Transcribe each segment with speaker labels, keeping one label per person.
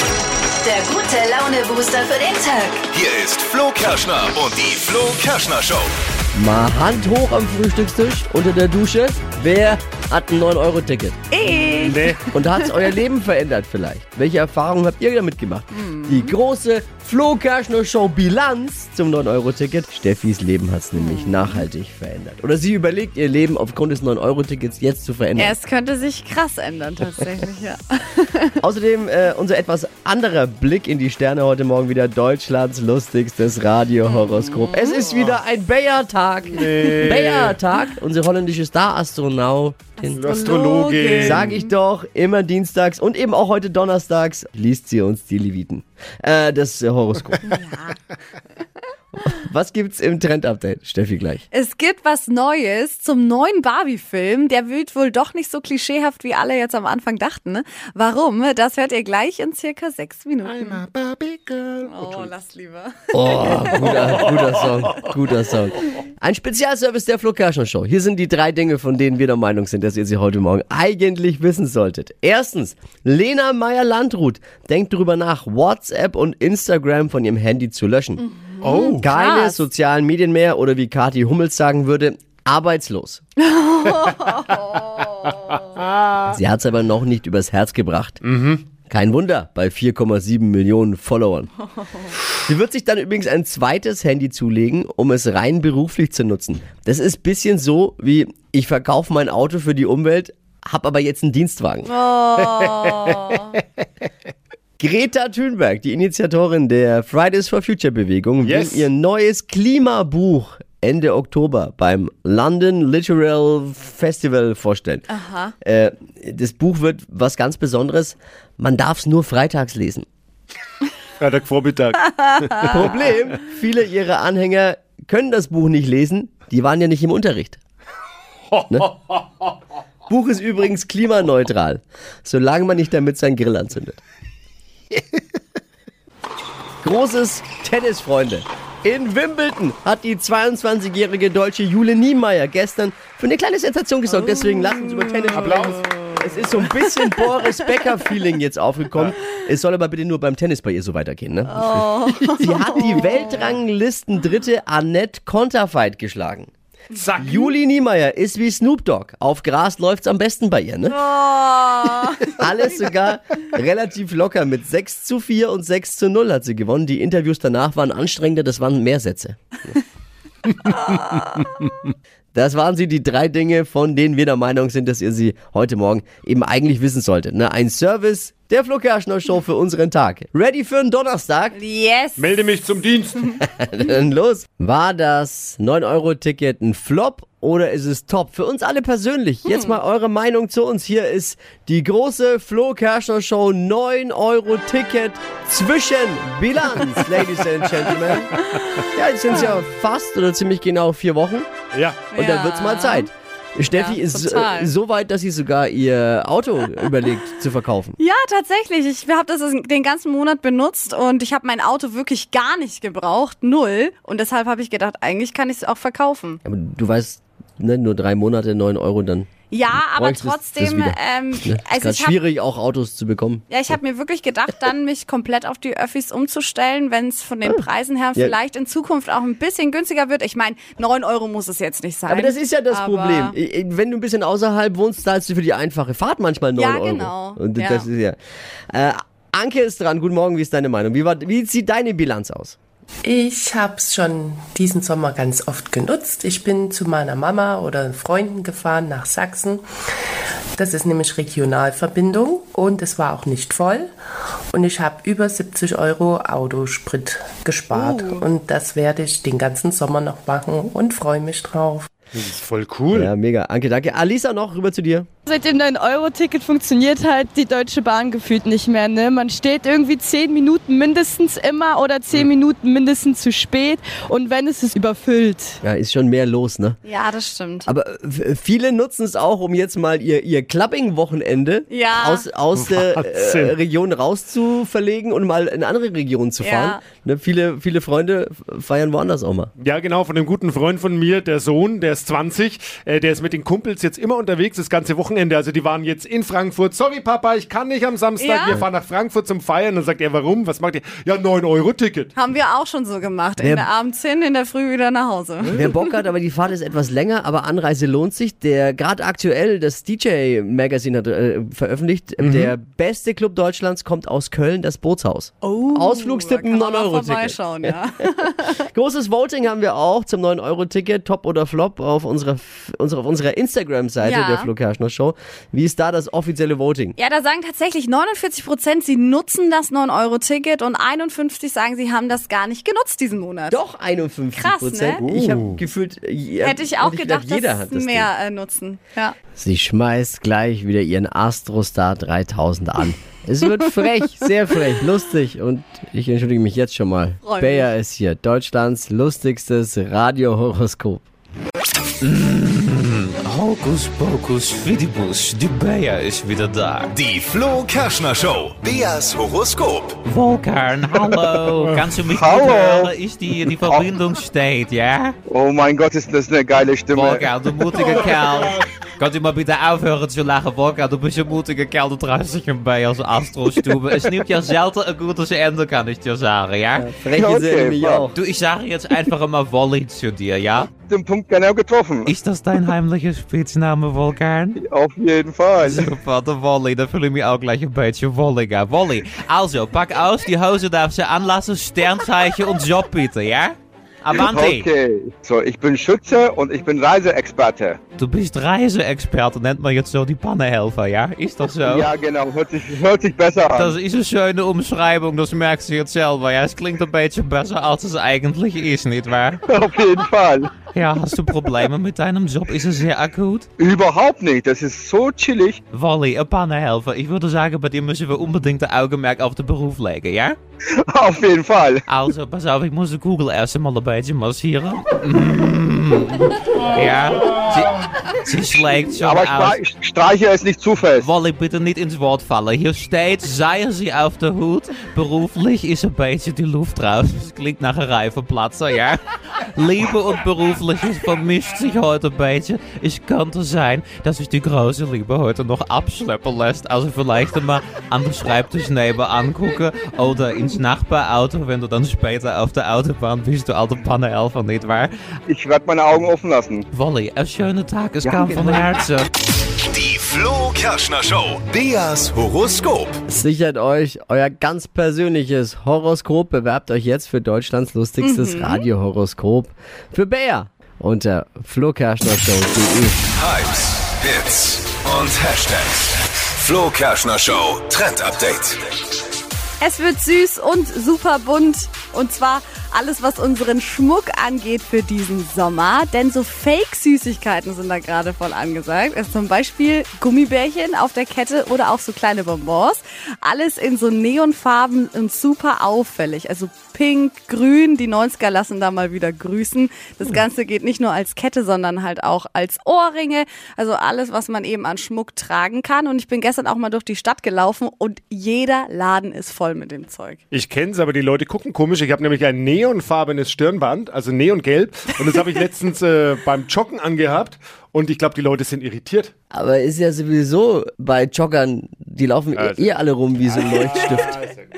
Speaker 1: Der gute Laune-Booster für den Tag.
Speaker 2: Hier ist Flo Kerschner und die Flo Kerschner Show.
Speaker 3: Mal Hand hoch am Frühstückstisch unter der Dusche. Wer hat ein 9-Euro-Ticket?
Speaker 4: Nee,
Speaker 3: Und da hat es euer Leben verändert vielleicht. Welche Erfahrungen habt ihr damit gemacht? Die große Flo Kerschner Show Bilanz zum 9-Euro-Ticket. Steffis Leben hat es nämlich nachhaltig verändert. Oder sie überlegt, ihr Leben aufgrund des 9-Euro-Tickets jetzt zu verändern.
Speaker 5: Es könnte sich krass ändern tatsächlich, ja.
Speaker 3: Außerdem äh, unser etwas anderer Blick in die Sterne heute Morgen wieder Deutschlands lustigstes Radiohoroskop. Es ist wieder ein Bayer-Tag. Bayer-Tag, unsere holländische Star-Astronautin.
Speaker 4: Astrologin.
Speaker 3: Sag ich doch, immer dienstags und eben auch heute donnerstags liest sie uns die Leviten. Äh, das äh, Horoskop. Was gibt's im Trend-Update, Steffi, gleich?
Speaker 5: Es gibt was Neues zum neuen Barbie-Film. Der wird wohl doch nicht so klischeehaft, wie alle jetzt am Anfang dachten. ne? Warum? Das hört ihr gleich in circa sechs Minuten. Oh, lass lieber.
Speaker 3: Oh, guter, guter Song, guter Song. Ein Spezialservice der Flo Kerschner Show. Hier sind die drei Dinge, von denen wir der Meinung sind, dass ihr sie heute Morgen eigentlich wissen solltet. Erstens, Lena Meyer-Landrut denkt drüber nach, WhatsApp und Instagram von ihrem Handy zu löschen. Oh, Keine
Speaker 5: krass.
Speaker 3: sozialen Medien mehr oder wie Kathi Hummels sagen würde, arbeitslos. Sie hat es aber noch nicht übers Herz gebracht. Kein Wunder bei 4,7 Millionen Followern. Sie wird sich dann übrigens ein zweites Handy zulegen, um es rein beruflich zu nutzen. Das ist bisschen so wie ich verkaufe mein Auto für die Umwelt, hab aber jetzt einen Dienstwagen. Greta Thunberg, die Initiatorin der Fridays for Future Bewegung,
Speaker 4: Yes.
Speaker 3: will ihr neues Klimabuch Ende Oktober beim London Literal Festival vorstellen. Aha. Äh, das Buch wird was ganz Besonderes. Man darf es nur freitags lesen.
Speaker 4: Freitagvormittag.
Speaker 3: Problem, viele ihrer Anhänger können das Buch nicht lesen, die waren ja nicht im Unterricht. Ne? Buch ist übrigens klimaneutral, solange man nicht damit seinen Grill anzündet. Großes Tennis, Freunde. In Wimbledon hat die 22-jährige deutsche Jule Niemeyer gestern für eine kleine Sensation gesorgt. Deswegen lassen Sie über Tennis Applaus. Es ist so ein bisschen Boris Becker-Feeling jetzt aufgekommen. Es soll aber bitte nur beim Tennis bei ihr so weitergehen. Ne? Sie hat die Weltranglisten-Dritte Annette Konterfeit geschlagen.
Speaker 4: Zack.
Speaker 3: Juli Niemeyer ist wie Snoop Dogg. Auf Gras läuft's am besten bei ihr, ne? Alles sogar relativ locker. Mit 6 zu 4 und 6 zu 0 hat sie gewonnen. Die Interviews danach waren anstrengender, das waren mehr Sätze. Das waren sie, die drei Dinge, von denen wir der Meinung sind, dass ihr sie heute Morgen eben eigentlich wissen solltet. Ne? Ein Service der Flo Kerschner Show für unseren Tag. Ready für einen Donnerstag?
Speaker 5: Yes.
Speaker 4: Melde mich zum Dienst.
Speaker 3: Dann los. War das 9-Euro-Ticket ein Flop oder ist es top? Für uns alle persönlich.
Speaker 5: Hm.
Speaker 3: Jetzt mal eure Meinung zu uns. Hier ist die große Flo Kerschner Show 9-Euro-Ticket zwischen Bilanz, Ladies and Gentlemen. Ja, jetzt sind es ja fast oder ziemlich genau vier Wochen
Speaker 4: Ja.
Speaker 3: und dann
Speaker 5: Ja.
Speaker 3: wird's mal Zeit. Steffi
Speaker 5: Ja,
Speaker 3: ist äh,
Speaker 5: total.
Speaker 3: so weit, dass sie sogar ihr Auto überlegt zu verkaufen.
Speaker 5: Ja, tatsächlich. Ich habe das den ganzen Monat benutzt und ich habe mein Auto wirklich gar nicht gebraucht, null. Und deshalb habe ich gedacht, eigentlich kann ich es auch verkaufen.
Speaker 3: Aber du weißt, ne, nur drei Monate, 9 Euro, dann
Speaker 5: Ja, aber
Speaker 3: bräuchtest das
Speaker 5: trotzdem,
Speaker 3: wieder.
Speaker 5: ähm,
Speaker 3: ne, ist
Speaker 5: also
Speaker 3: ganz
Speaker 5: ich habe
Speaker 3: schwierig, auch Autos zu bekommen.
Speaker 5: Ja, ich habe mir wirklich gedacht, dann mich komplett auf die Öffis umzustellen, wenn es von den Preisen her
Speaker 3: Ja.
Speaker 5: vielleicht in Zukunft auch ein bisschen günstiger wird. Ich meine, 9 Euro muss es jetzt nicht sein.
Speaker 3: Aber das ist ja das
Speaker 5: Aber-
Speaker 3: Problem. I- i- Wenn du ein bisschen außerhalb wohnst, zahlst du für die einfache Fahrt manchmal 9
Speaker 5: Ja,
Speaker 3: Euro.
Speaker 5: genau.
Speaker 3: Und
Speaker 5: Ja.
Speaker 3: das ist ja. Äh, Anke ist dran. Guten Morgen, wie ist deine Meinung? Wie, war, wie sieht deine Bilanz aus?
Speaker 6: Ich habe es schon diesen Sommer ganz oft genutzt. Ich bin zu meiner Mama oder Freunden gefahren nach Sachsen. Das ist nämlich Regionalverbindung und es war auch nicht voll. Und ich habe über 70 Euro Autosprit gespart. Und das werde ich den ganzen Sommer noch machen und freue mich drauf.
Speaker 4: Das ist voll cool.
Speaker 3: Ja, mega. Anke, danke. Alisa noch, rüber zu dir.
Speaker 7: Seit dem 9-Euro-Ticket funktioniert halt die Deutsche Bahn gefühlt nicht mehr. Ne? Man steht irgendwie 10 Minuten mindestens immer oder 10 Minuten mindestens zu spät. Und wenn, ist es überfüllt.
Speaker 3: Ja, ist schon mehr los, ne?
Speaker 5: Ja, das stimmt.
Speaker 3: Aber äh, f- viele nutzen es auch, um jetzt mal ihr, ihr Clubbing-Wochenende
Speaker 5: Ja.
Speaker 3: aus, aus der
Speaker 4: Wahnsinn.
Speaker 3: äh, Region rauszuverlegen und mal in eine andere Region zu
Speaker 5: Ja.
Speaker 3: fahren. Ne, viele, viele Freunde f- feiern woanders auch mal.
Speaker 4: Ja, genau, von einem guten Freund von mir, der Sohn, der ist 20, äh, der ist mit den Kumpels jetzt immer unterwegs, das ganze Wochenende. Also die waren jetzt in Frankfurt. Sorry, Papa, ich kann nicht am Samstag.
Speaker 5: Ja?
Speaker 4: Wir fahren nach Frankfurt zum Feiern. Dann sagt er, warum? Was macht ihr? Ja, 9-Euro-Ticket.
Speaker 5: Haben wir auch schon so gemacht.
Speaker 3: Wer-
Speaker 5: In der abends hin, in der Früh wieder nach Hause.
Speaker 3: Wer Bock hat, aber die Fahrt ist etwas länger, aber Anreise lohnt sich. Der gerade aktuell das DJ Magazine hat äh, veröffentlicht.
Speaker 5: Mhm.
Speaker 3: Der beste Club Deutschlands kommt aus Köln, das Bootshaus.
Speaker 5: Oh,
Speaker 3: Ausflugstippen,
Speaker 5: da kann man
Speaker 3: 9 Euro
Speaker 5: mal
Speaker 3: Ticket.
Speaker 5: vorbeischauen, ja.
Speaker 3: Großes Voting haben wir auch zum 9-Euro-Ticket, Top oder Flop, auf unserer, F- unserer, auf unserer Instagram-Seite
Speaker 5: Ja.
Speaker 3: der Flo Kerschner Show. Wie ist da das offizielle Voting?
Speaker 5: Ja, da sagen tatsächlich 49 Prozent, sie nutzen das 9-Euro-Ticket und 51 sagen, sie haben das gar nicht genutzt diesen Monat.
Speaker 3: Doch 51
Speaker 5: Krass,
Speaker 3: Prozent.
Speaker 5: ne?
Speaker 3: Ich habe
Speaker 4: Uh.
Speaker 3: gefühlt, äh, je-
Speaker 5: Hätte ich auch gedacht,
Speaker 3: jeder
Speaker 5: dass
Speaker 3: hat
Speaker 5: es
Speaker 3: das
Speaker 5: mehr äh, nutzen. Ja.
Speaker 3: Sie schmeißt gleich wieder ihren Astrostar 3000 an. Es wird frech, sehr frech, lustig und ich entschuldige mich jetzt schon mal.
Speaker 5: Freu mich.
Speaker 3: Bayer ist hier, Deutschlands lustigstes Radiohoroskop.
Speaker 8: Hokus Pokus Fidibus, die Bayer ist wieder da.
Speaker 2: Die Flo Kerschner Show. Beas Horoskop.
Speaker 8: Vulkan, hallo. Kannst du mich
Speaker 9: Hallo. Ah.
Speaker 8: gut hören? Ist die, die Verbindung steht, ja?
Speaker 9: Oh mein Gott, ist das eine geile Stimme.
Speaker 8: Volkan, du mutige Kerl. Kannst du mal bitte aufhören zu lachen, Volkan? Du bist ein mutiger Kerl, du traust dich ein Bayer als Astrostube. Es nimmt ja selten ein gutes Ende, kann ich dir sagen, ja?
Speaker 3: Frech
Speaker 9: Okay,
Speaker 3: ist er nämlich
Speaker 9: Mann.
Speaker 3: auch.
Speaker 8: Du, ich sage jetzt einfach mal Wolli zu dir, ja?
Speaker 9: Den Punkt genau getroffen.
Speaker 8: Ist das dein heimlicher Spitzname, Volkan?
Speaker 9: Auf jeden Fall.
Speaker 8: Super, de Wolly, da fühle ich mich auch gleich ein bisschen wolliger. Wolly, also, pack aus, die Hose darfst du anlassen, Sternzeichen und Job bitte, ja? Avanti,
Speaker 9: Okay. So, ich bin Schütze und ich bin Reiseexperte.
Speaker 8: du bist Reiseexperte, nennt man jetzt so die Pannenhelfer, ja? Ist das so?
Speaker 9: Ja, genau. Hört sich, hört sich besser an.
Speaker 8: Das ist eine schöne Umschreibung, das merkst du jetzt selber, ja? Es klingt ein bisschen besser, als es eigentlich ist, nietwaar?
Speaker 9: Auf jeden Fall.
Speaker 8: Ja, hast du Probleme mit deinem Job? Ist er sehr akut?
Speaker 9: Überhaupt nicht. Das ist so chillig.
Speaker 8: Wolly, ein Pannenhelfer, ich würde sagen, bei dir müssen wir unbedingt ein Augenmerk auf den Beruf legen, ja?
Speaker 9: Auf jeden Fall.
Speaker 8: Also, pass auf, ich muss de Kugel erst einmal ein bisschen massieren. Mm. Ja, sie, sie schlägt schon
Speaker 9: Aber
Speaker 8: aus.
Speaker 9: ich stre- streiche es nicht zu fest.
Speaker 8: Wally, bitte nicht ins Wort fallen. Hier steht, seien Sie auf der Hut. Beruflich ist ein bisschen die Luft raus. Das klingt nach einem Reifenplatzer, ja? Liebe und Berufliches vermischt sich heute ein bisschen. Es könnte sein, dass sich die große Liebe heute noch abschleppen lässt. Also vielleicht einmal an den Schreibtisch neben angucken oder ins Nachbarauto, wenn du dann später auf der Autobahn bist, du alte Panne-Elfer, nicht wahr?
Speaker 9: Ich werde meine Augen offen lassen.
Speaker 8: Wally, ein schöner Tag, es kam von Herzen.
Speaker 2: Die Flo Kerschner Show. Beas Horoskop.
Speaker 3: Sichert euch euer ganz persönliches Horoskop. Bewerbt euch jetzt für Deutschlands lustigstes Radiohoroskop für Bayer unter flokerschnershow.de.
Speaker 2: Hypes, Hits und Hashtags. Flo Kerschner Show Trend Update.
Speaker 5: Es wird süß und super bunt. Und zwar alles, was unseren Schmuck angeht für diesen Sommer. Denn so Fake-Süßigkeiten sind da gerade voll angesagt. Also zum Beispiel Gummibärchen auf der Kette oder auch so kleine Bonbons. Alles in so Neonfarben und super auffällig. Also pink, grün. Die 90er lassen da mal wieder grüßen.
Speaker 4: Hm.
Speaker 5: Das Ganze geht nicht nur als Kette, sondern halt auch als Ohrringe. Also alles, was man eben an Schmuck tragen kann. Und ich bin gestern auch mal durch die Stadt gelaufen und jeder Laden ist voll mit dem Zeug.
Speaker 4: Ich kenne es, aber die Leute gucken komisch. Ich habe nämlich ein neonfarbenes Stirnband, also neongelb. Und das habe ich letztens äh, beim Joggen angehabt. Und ich glaube, die Leute sind irritiert.
Speaker 3: Aber ist ja sowieso bei Joggern, die laufen
Speaker 4: Also.
Speaker 3: eh alle rum wie so ein Leuchtstift.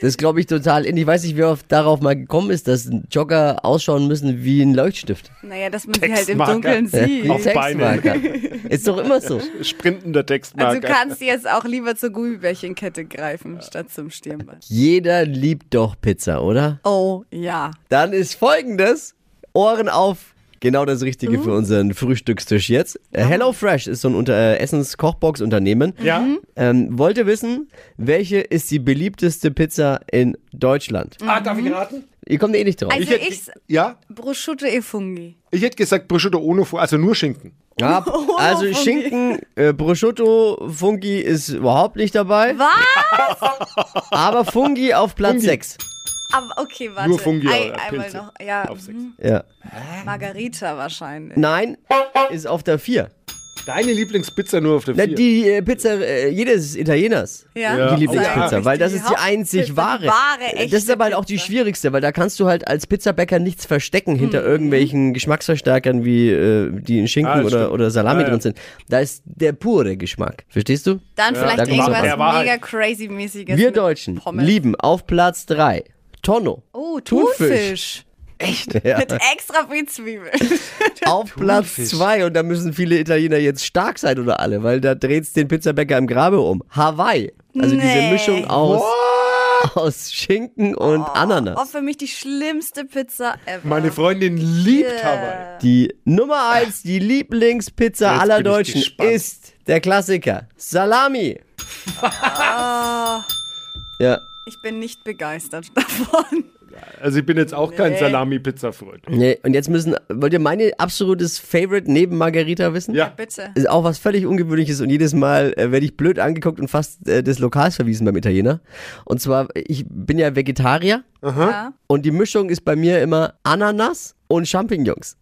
Speaker 3: Das glaube ich total in. Ich weiß nicht, wie oft darauf mal gekommen ist, dass Jogger ausschauen müssen wie ein Leuchtstift.
Speaker 5: Naja, dass man sie halt im
Speaker 4: Textmarker.
Speaker 5: Dunkeln sieht.
Speaker 3: Wie
Speaker 4: Auf Beine.
Speaker 3: Textmarker. Ist doch immer so.
Speaker 5: Also
Speaker 4: Sprintender
Speaker 5: du
Speaker 4: Textmarker.
Speaker 5: kannst jetzt auch lieber zur Gummibärchenkette greifen, statt zum Stirnband.
Speaker 3: Jeder liebt doch Pizza, oder?
Speaker 5: Oh ja.
Speaker 3: Dann ist folgendes: Ohren auf. Genau das Richtige für unseren Frühstückstisch jetzt. Äh, HelloFresh ist so ein Unter äh, Essens-Kochbox-Unternehmen.
Speaker 4: ja,
Speaker 5: Mhm.
Speaker 3: Ähm, wollte wissen, welche ist die beliebteste Pizza in Deutschland?
Speaker 4: ah, darf ich raten?
Speaker 3: Ihr kommt eh nicht drauf.
Speaker 5: Also
Speaker 4: hätte-
Speaker 5: ich,
Speaker 4: Ja,
Speaker 5: Prosciutto e Fungi.
Speaker 4: ich hätte gesagt Prosciutto ohne, Fu- also nur Schinken.
Speaker 3: Ja, also
Speaker 5: Fungi.
Speaker 3: Schinken, äh, Prosciutto, Fungi ist überhaupt nicht dabei.
Speaker 5: Was?
Speaker 3: Aber Fungi auf Platz
Speaker 4: Fungi.
Speaker 3: 6.
Speaker 5: Aber okay, warte.
Speaker 4: Nur Fungi,
Speaker 5: Ei-
Speaker 4: äh,
Speaker 5: einmal
Speaker 4: Pilze.
Speaker 5: noch. Ja,
Speaker 4: Auf sechs.
Speaker 3: Ja.
Speaker 5: Margarita wahrscheinlich.
Speaker 3: Nein, ist auf der 4.
Speaker 4: Deine Lieblingspizza nur auf der
Speaker 3: Na,
Speaker 4: 4.
Speaker 3: die äh, Pizza äh, jedes Italieners.
Speaker 4: Ja.
Speaker 3: Die Lieblingspizza,
Speaker 5: Eigentlich
Speaker 3: weil das ist die
Speaker 5: Hauptpizza,
Speaker 3: einzig
Speaker 5: die
Speaker 3: wahre.
Speaker 5: wahre echte
Speaker 3: Das ist aber halt auch die
Speaker 5: Pizza.
Speaker 3: schwierigste, weil da kannst du halt als Pizzabäcker nichts verstecken hinter irgendwelchen Geschmacksverstärkern, wie äh, die in Schinken
Speaker 4: Ah, das
Speaker 3: oder,
Speaker 4: stimmt.
Speaker 3: oder Salami
Speaker 4: Mhm. Ja, ja.
Speaker 3: drin sind. Da ist der pure Geschmack. Verstehst du?
Speaker 5: Dann vielleicht
Speaker 3: da kommt's
Speaker 5: irgendwas
Speaker 4: drauf an.
Speaker 5: mega crazy-mäßiges.
Speaker 3: Wir
Speaker 5: mit
Speaker 3: Deutschen
Speaker 5: Pommes.
Speaker 3: lieben auf Platz 3 Tonno.
Speaker 5: Oh, Thunfisch.
Speaker 3: Echt? Ja.
Speaker 5: Mit extra viel Zwiebeln.
Speaker 3: auf Platz 2 und da müssen viele Italiener jetzt stark sein oder alle, weil da dreht's den Pizzabäcker im Grabe um. Hawaii. Also diese
Speaker 5: Nee.
Speaker 3: Mischung aus, aus Schinken und
Speaker 5: Oh,
Speaker 3: Ananas.
Speaker 5: Auch für mich die schlimmste Pizza ever.
Speaker 4: Meine Freundin liebt Hawaii.
Speaker 3: Die Nummer 1, die Lieblingspizza
Speaker 4: Jetzt
Speaker 3: aller
Speaker 4: bin ich
Speaker 3: Deutschen
Speaker 4: gespannt.
Speaker 3: ist der Klassiker Salami.
Speaker 5: Ah.
Speaker 3: ja,
Speaker 5: ich bin nicht begeistert davon.
Speaker 4: Also ich bin jetzt auch kein
Speaker 5: Nee.
Speaker 4: Salami-Pizza-Freund.
Speaker 3: nee, und jetzt müssen, wollt ihr meine absolutes Favorite neben Margarita wissen?
Speaker 4: Ja.
Speaker 5: Bitte.
Speaker 3: Ist auch was völlig Ungewöhnliches und jedes Mal äh, werde ich blöd angeguckt und fast äh, des Lokals verwiesen beim Italiener. Und zwar, ich bin ja Vegetarier
Speaker 5: Ja.
Speaker 3: und die Mischung ist bei mir immer Ananas und Champignons.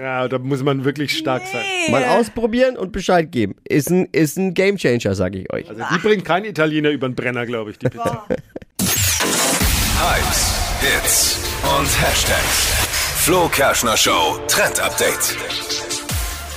Speaker 4: Ja, da muss man wirklich stark sein.
Speaker 3: Mal ausprobieren und Bescheid geben. Ist ein, ist ein Gamechanger, sage ich euch.
Speaker 4: Also die bringt kein Italiener über den Brenner, glaube ich, die Pizza.
Speaker 2: Hypes, Hits und Hashtags. Flo Kerschner Show Trend Update.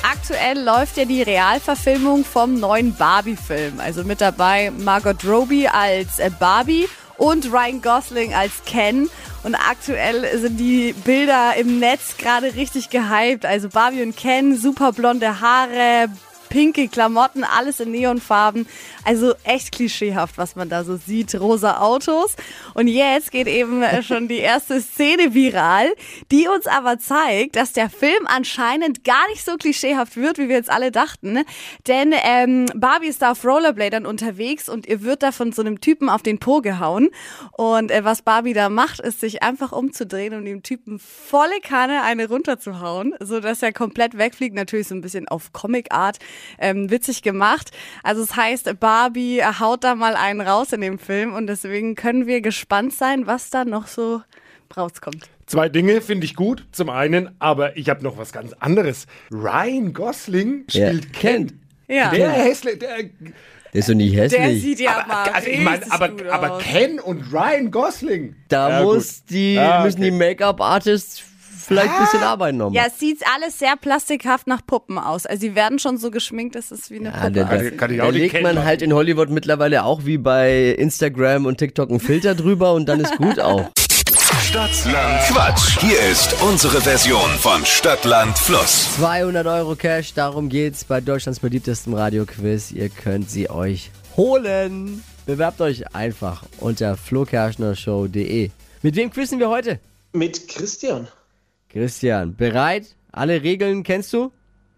Speaker 5: Aktuell läuft ja die Realverfilmung vom neuen Barbie-Film. Also mit dabei Margot Robbie als äh, Barbie und Ryan Gosling als Ken. Und aktuell sind die Bilder im Netz gerade richtig gehypt. Also Barbie und Ken, super blonde Haare, pinke Klamotten, alles in Neonfarben. Also echt klischeehaft, was man da so sieht. Rosa Autos. Und jetzt geht eben äh, schon die erste Szene viral, die uns aber zeigt, dass der Film anscheinend gar nicht so klischeehaft wird, wie wir jetzt alle dachten. ne? Denn ähm, Barbie ist da auf Rollerbladern unterwegs und ihr wird da von so einem Typen auf den Po gehauen. Und äh, was Barbie da macht, ist sich einfach umzudrehen und dem Typen volle Kanne eine runterzuhauen, sodass er komplett wegfliegt. Natürlich so ein bisschen auf Comic-Art ähm, witzig gemacht. Also es heißt, Barbie haut da mal einen raus in dem Film und deswegen können wir gespannt sein, was da noch so rauskommt.
Speaker 4: Zwei Dinge finde ich gut. Zum einen, aber ich habe noch was ganz anderes. Ryan Gosling
Speaker 3: Ja.
Speaker 4: spielt Ken.
Speaker 5: Ja.
Speaker 4: Der hässlich, der,
Speaker 3: Der ist doch nicht
Speaker 5: Der
Speaker 3: hässlich.
Speaker 5: sieht ja mal
Speaker 4: also ich
Speaker 5: richtig
Speaker 4: meine, aber,
Speaker 5: gut
Speaker 4: aber
Speaker 5: aus.
Speaker 4: Ken und Ryan Gosling.
Speaker 3: Da
Speaker 4: Ja,
Speaker 3: muss
Speaker 4: gut.
Speaker 3: die,
Speaker 4: Ah,
Speaker 3: müssen
Speaker 4: okay.
Speaker 3: die Make-up-Artists vielleicht ein bisschen arbeiten nochmal.
Speaker 5: Ja, es sieht alles sehr plastikhaft nach Puppen aus. Also sie werden schon so geschminkt, dass es wie eine
Speaker 3: Ja,
Speaker 5: Puppe
Speaker 3: da, da,
Speaker 4: Also kann ich
Speaker 3: da
Speaker 4: auch die
Speaker 3: legt
Speaker 4: Ken
Speaker 3: man
Speaker 4: machen.
Speaker 3: halt in Hollywood mittlerweile auch wie bei Instagram und TikTok einen Filter drüber und dann ist gut auch.
Speaker 2: Stadtland Quatsch. Hier ist unsere Version von Stadtland Fluss.
Speaker 3: 200 Euro Cash, darum geht's bei Deutschlands beliebtestem Radioquiz. Ihr könnt sie euch holen. Bewerbt euch einfach unter flokerschnershow.de. Mit wem quizzen wir heute?
Speaker 10: Mit Christian.
Speaker 3: Christian, bereit? Alle Regeln kennst du?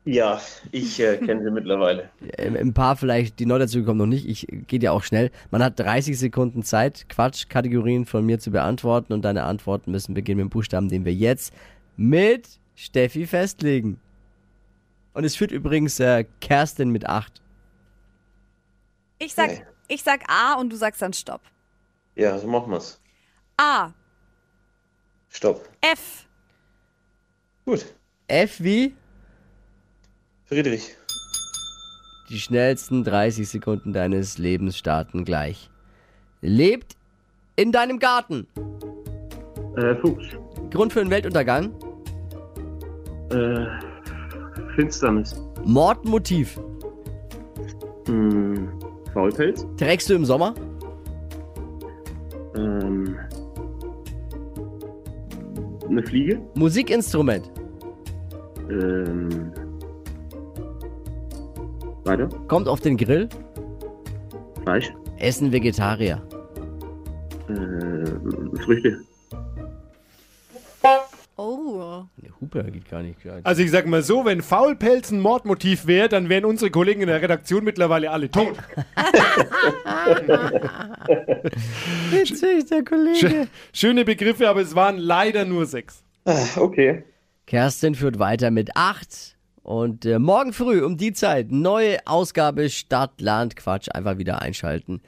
Speaker 10: Ja, ich äh, kenne sie mittlerweile.
Speaker 3: im, im Ähm, Paar vielleicht die neu dazugekommen noch nicht. Ich geht ja auch schnell. Man hat 30 Sekunden Zeit, Quatschkategorien von mir zu beantworten und deine Antworten müssen beginnen mit dem Buchstaben, den wir jetzt mit Steffi festlegen. Und es führt übrigens äh, Kerstin mit 8.
Speaker 5: Ich sag, ich sag A und du sagst dann Stopp.
Speaker 10: Ja, so machen wir's.
Speaker 5: A,
Speaker 10: Stopp.
Speaker 5: F,
Speaker 10: Gut.
Speaker 3: F wie
Speaker 10: Friedrich.
Speaker 3: die schnellsten 30 Sekunden deines Lebens starten gleich. Lebt in deinem Garten.
Speaker 8: Eh,
Speaker 11: Äh, Fuchs.
Speaker 3: Grund für den Weltuntergang.
Speaker 11: Äh,
Speaker 8: Eh,
Speaker 11: Finsternis.
Speaker 3: Mordmotiv.
Speaker 8: Hmm,
Speaker 11: Hm, Faulpelz.
Speaker 3: Trägst du im Sommer?
Speaker 8: Ehm,
Speaker 11: Ähm, eine Fliege.
Speaker 3: Musikinstrument.
Speaker 8: Ehm,
Speaker 11: Ähm, weiter.
Speaker 3: Kommt auf den Grill.
Speaker 11: Fleisch.
Speaker 3: Essen Vegetarier.
Speaker 8: Eh,
Speaker 11: Äh, Früchte.
Speaker 5: oh.
Speaker 3: Der Hupe geht gar nicht klar.
Speaker 4: Also ich sag mal so, wenn Faulpelz ein Mordmotiv wäre, dann wären unsere Kollegen in der Redaktion mittlerweile alle tot.
Speaker 3: Witzig, der Kollege.
Speaker 4: Schö- Schöne Begriffe, aber es waren leider nur sechs.
Speaker 10: Ah, Okay.
Speaker 3: Kerstin führt weiter mit 8. Und äh, morgen früh um die Zeit, neue Ausgabe Stadt, Land, Quatsch. Einfach wieder einschalten.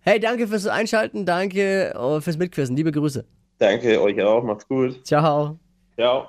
Speaker 3: Hey, danke fürs Einschalten, danke äh, fürs Mitquissen. Liebe Grüße.
Speaker 10: Danke euch auch. Macht's gut.
Speaker 3: Ciao.
Speaker 10: Ciao.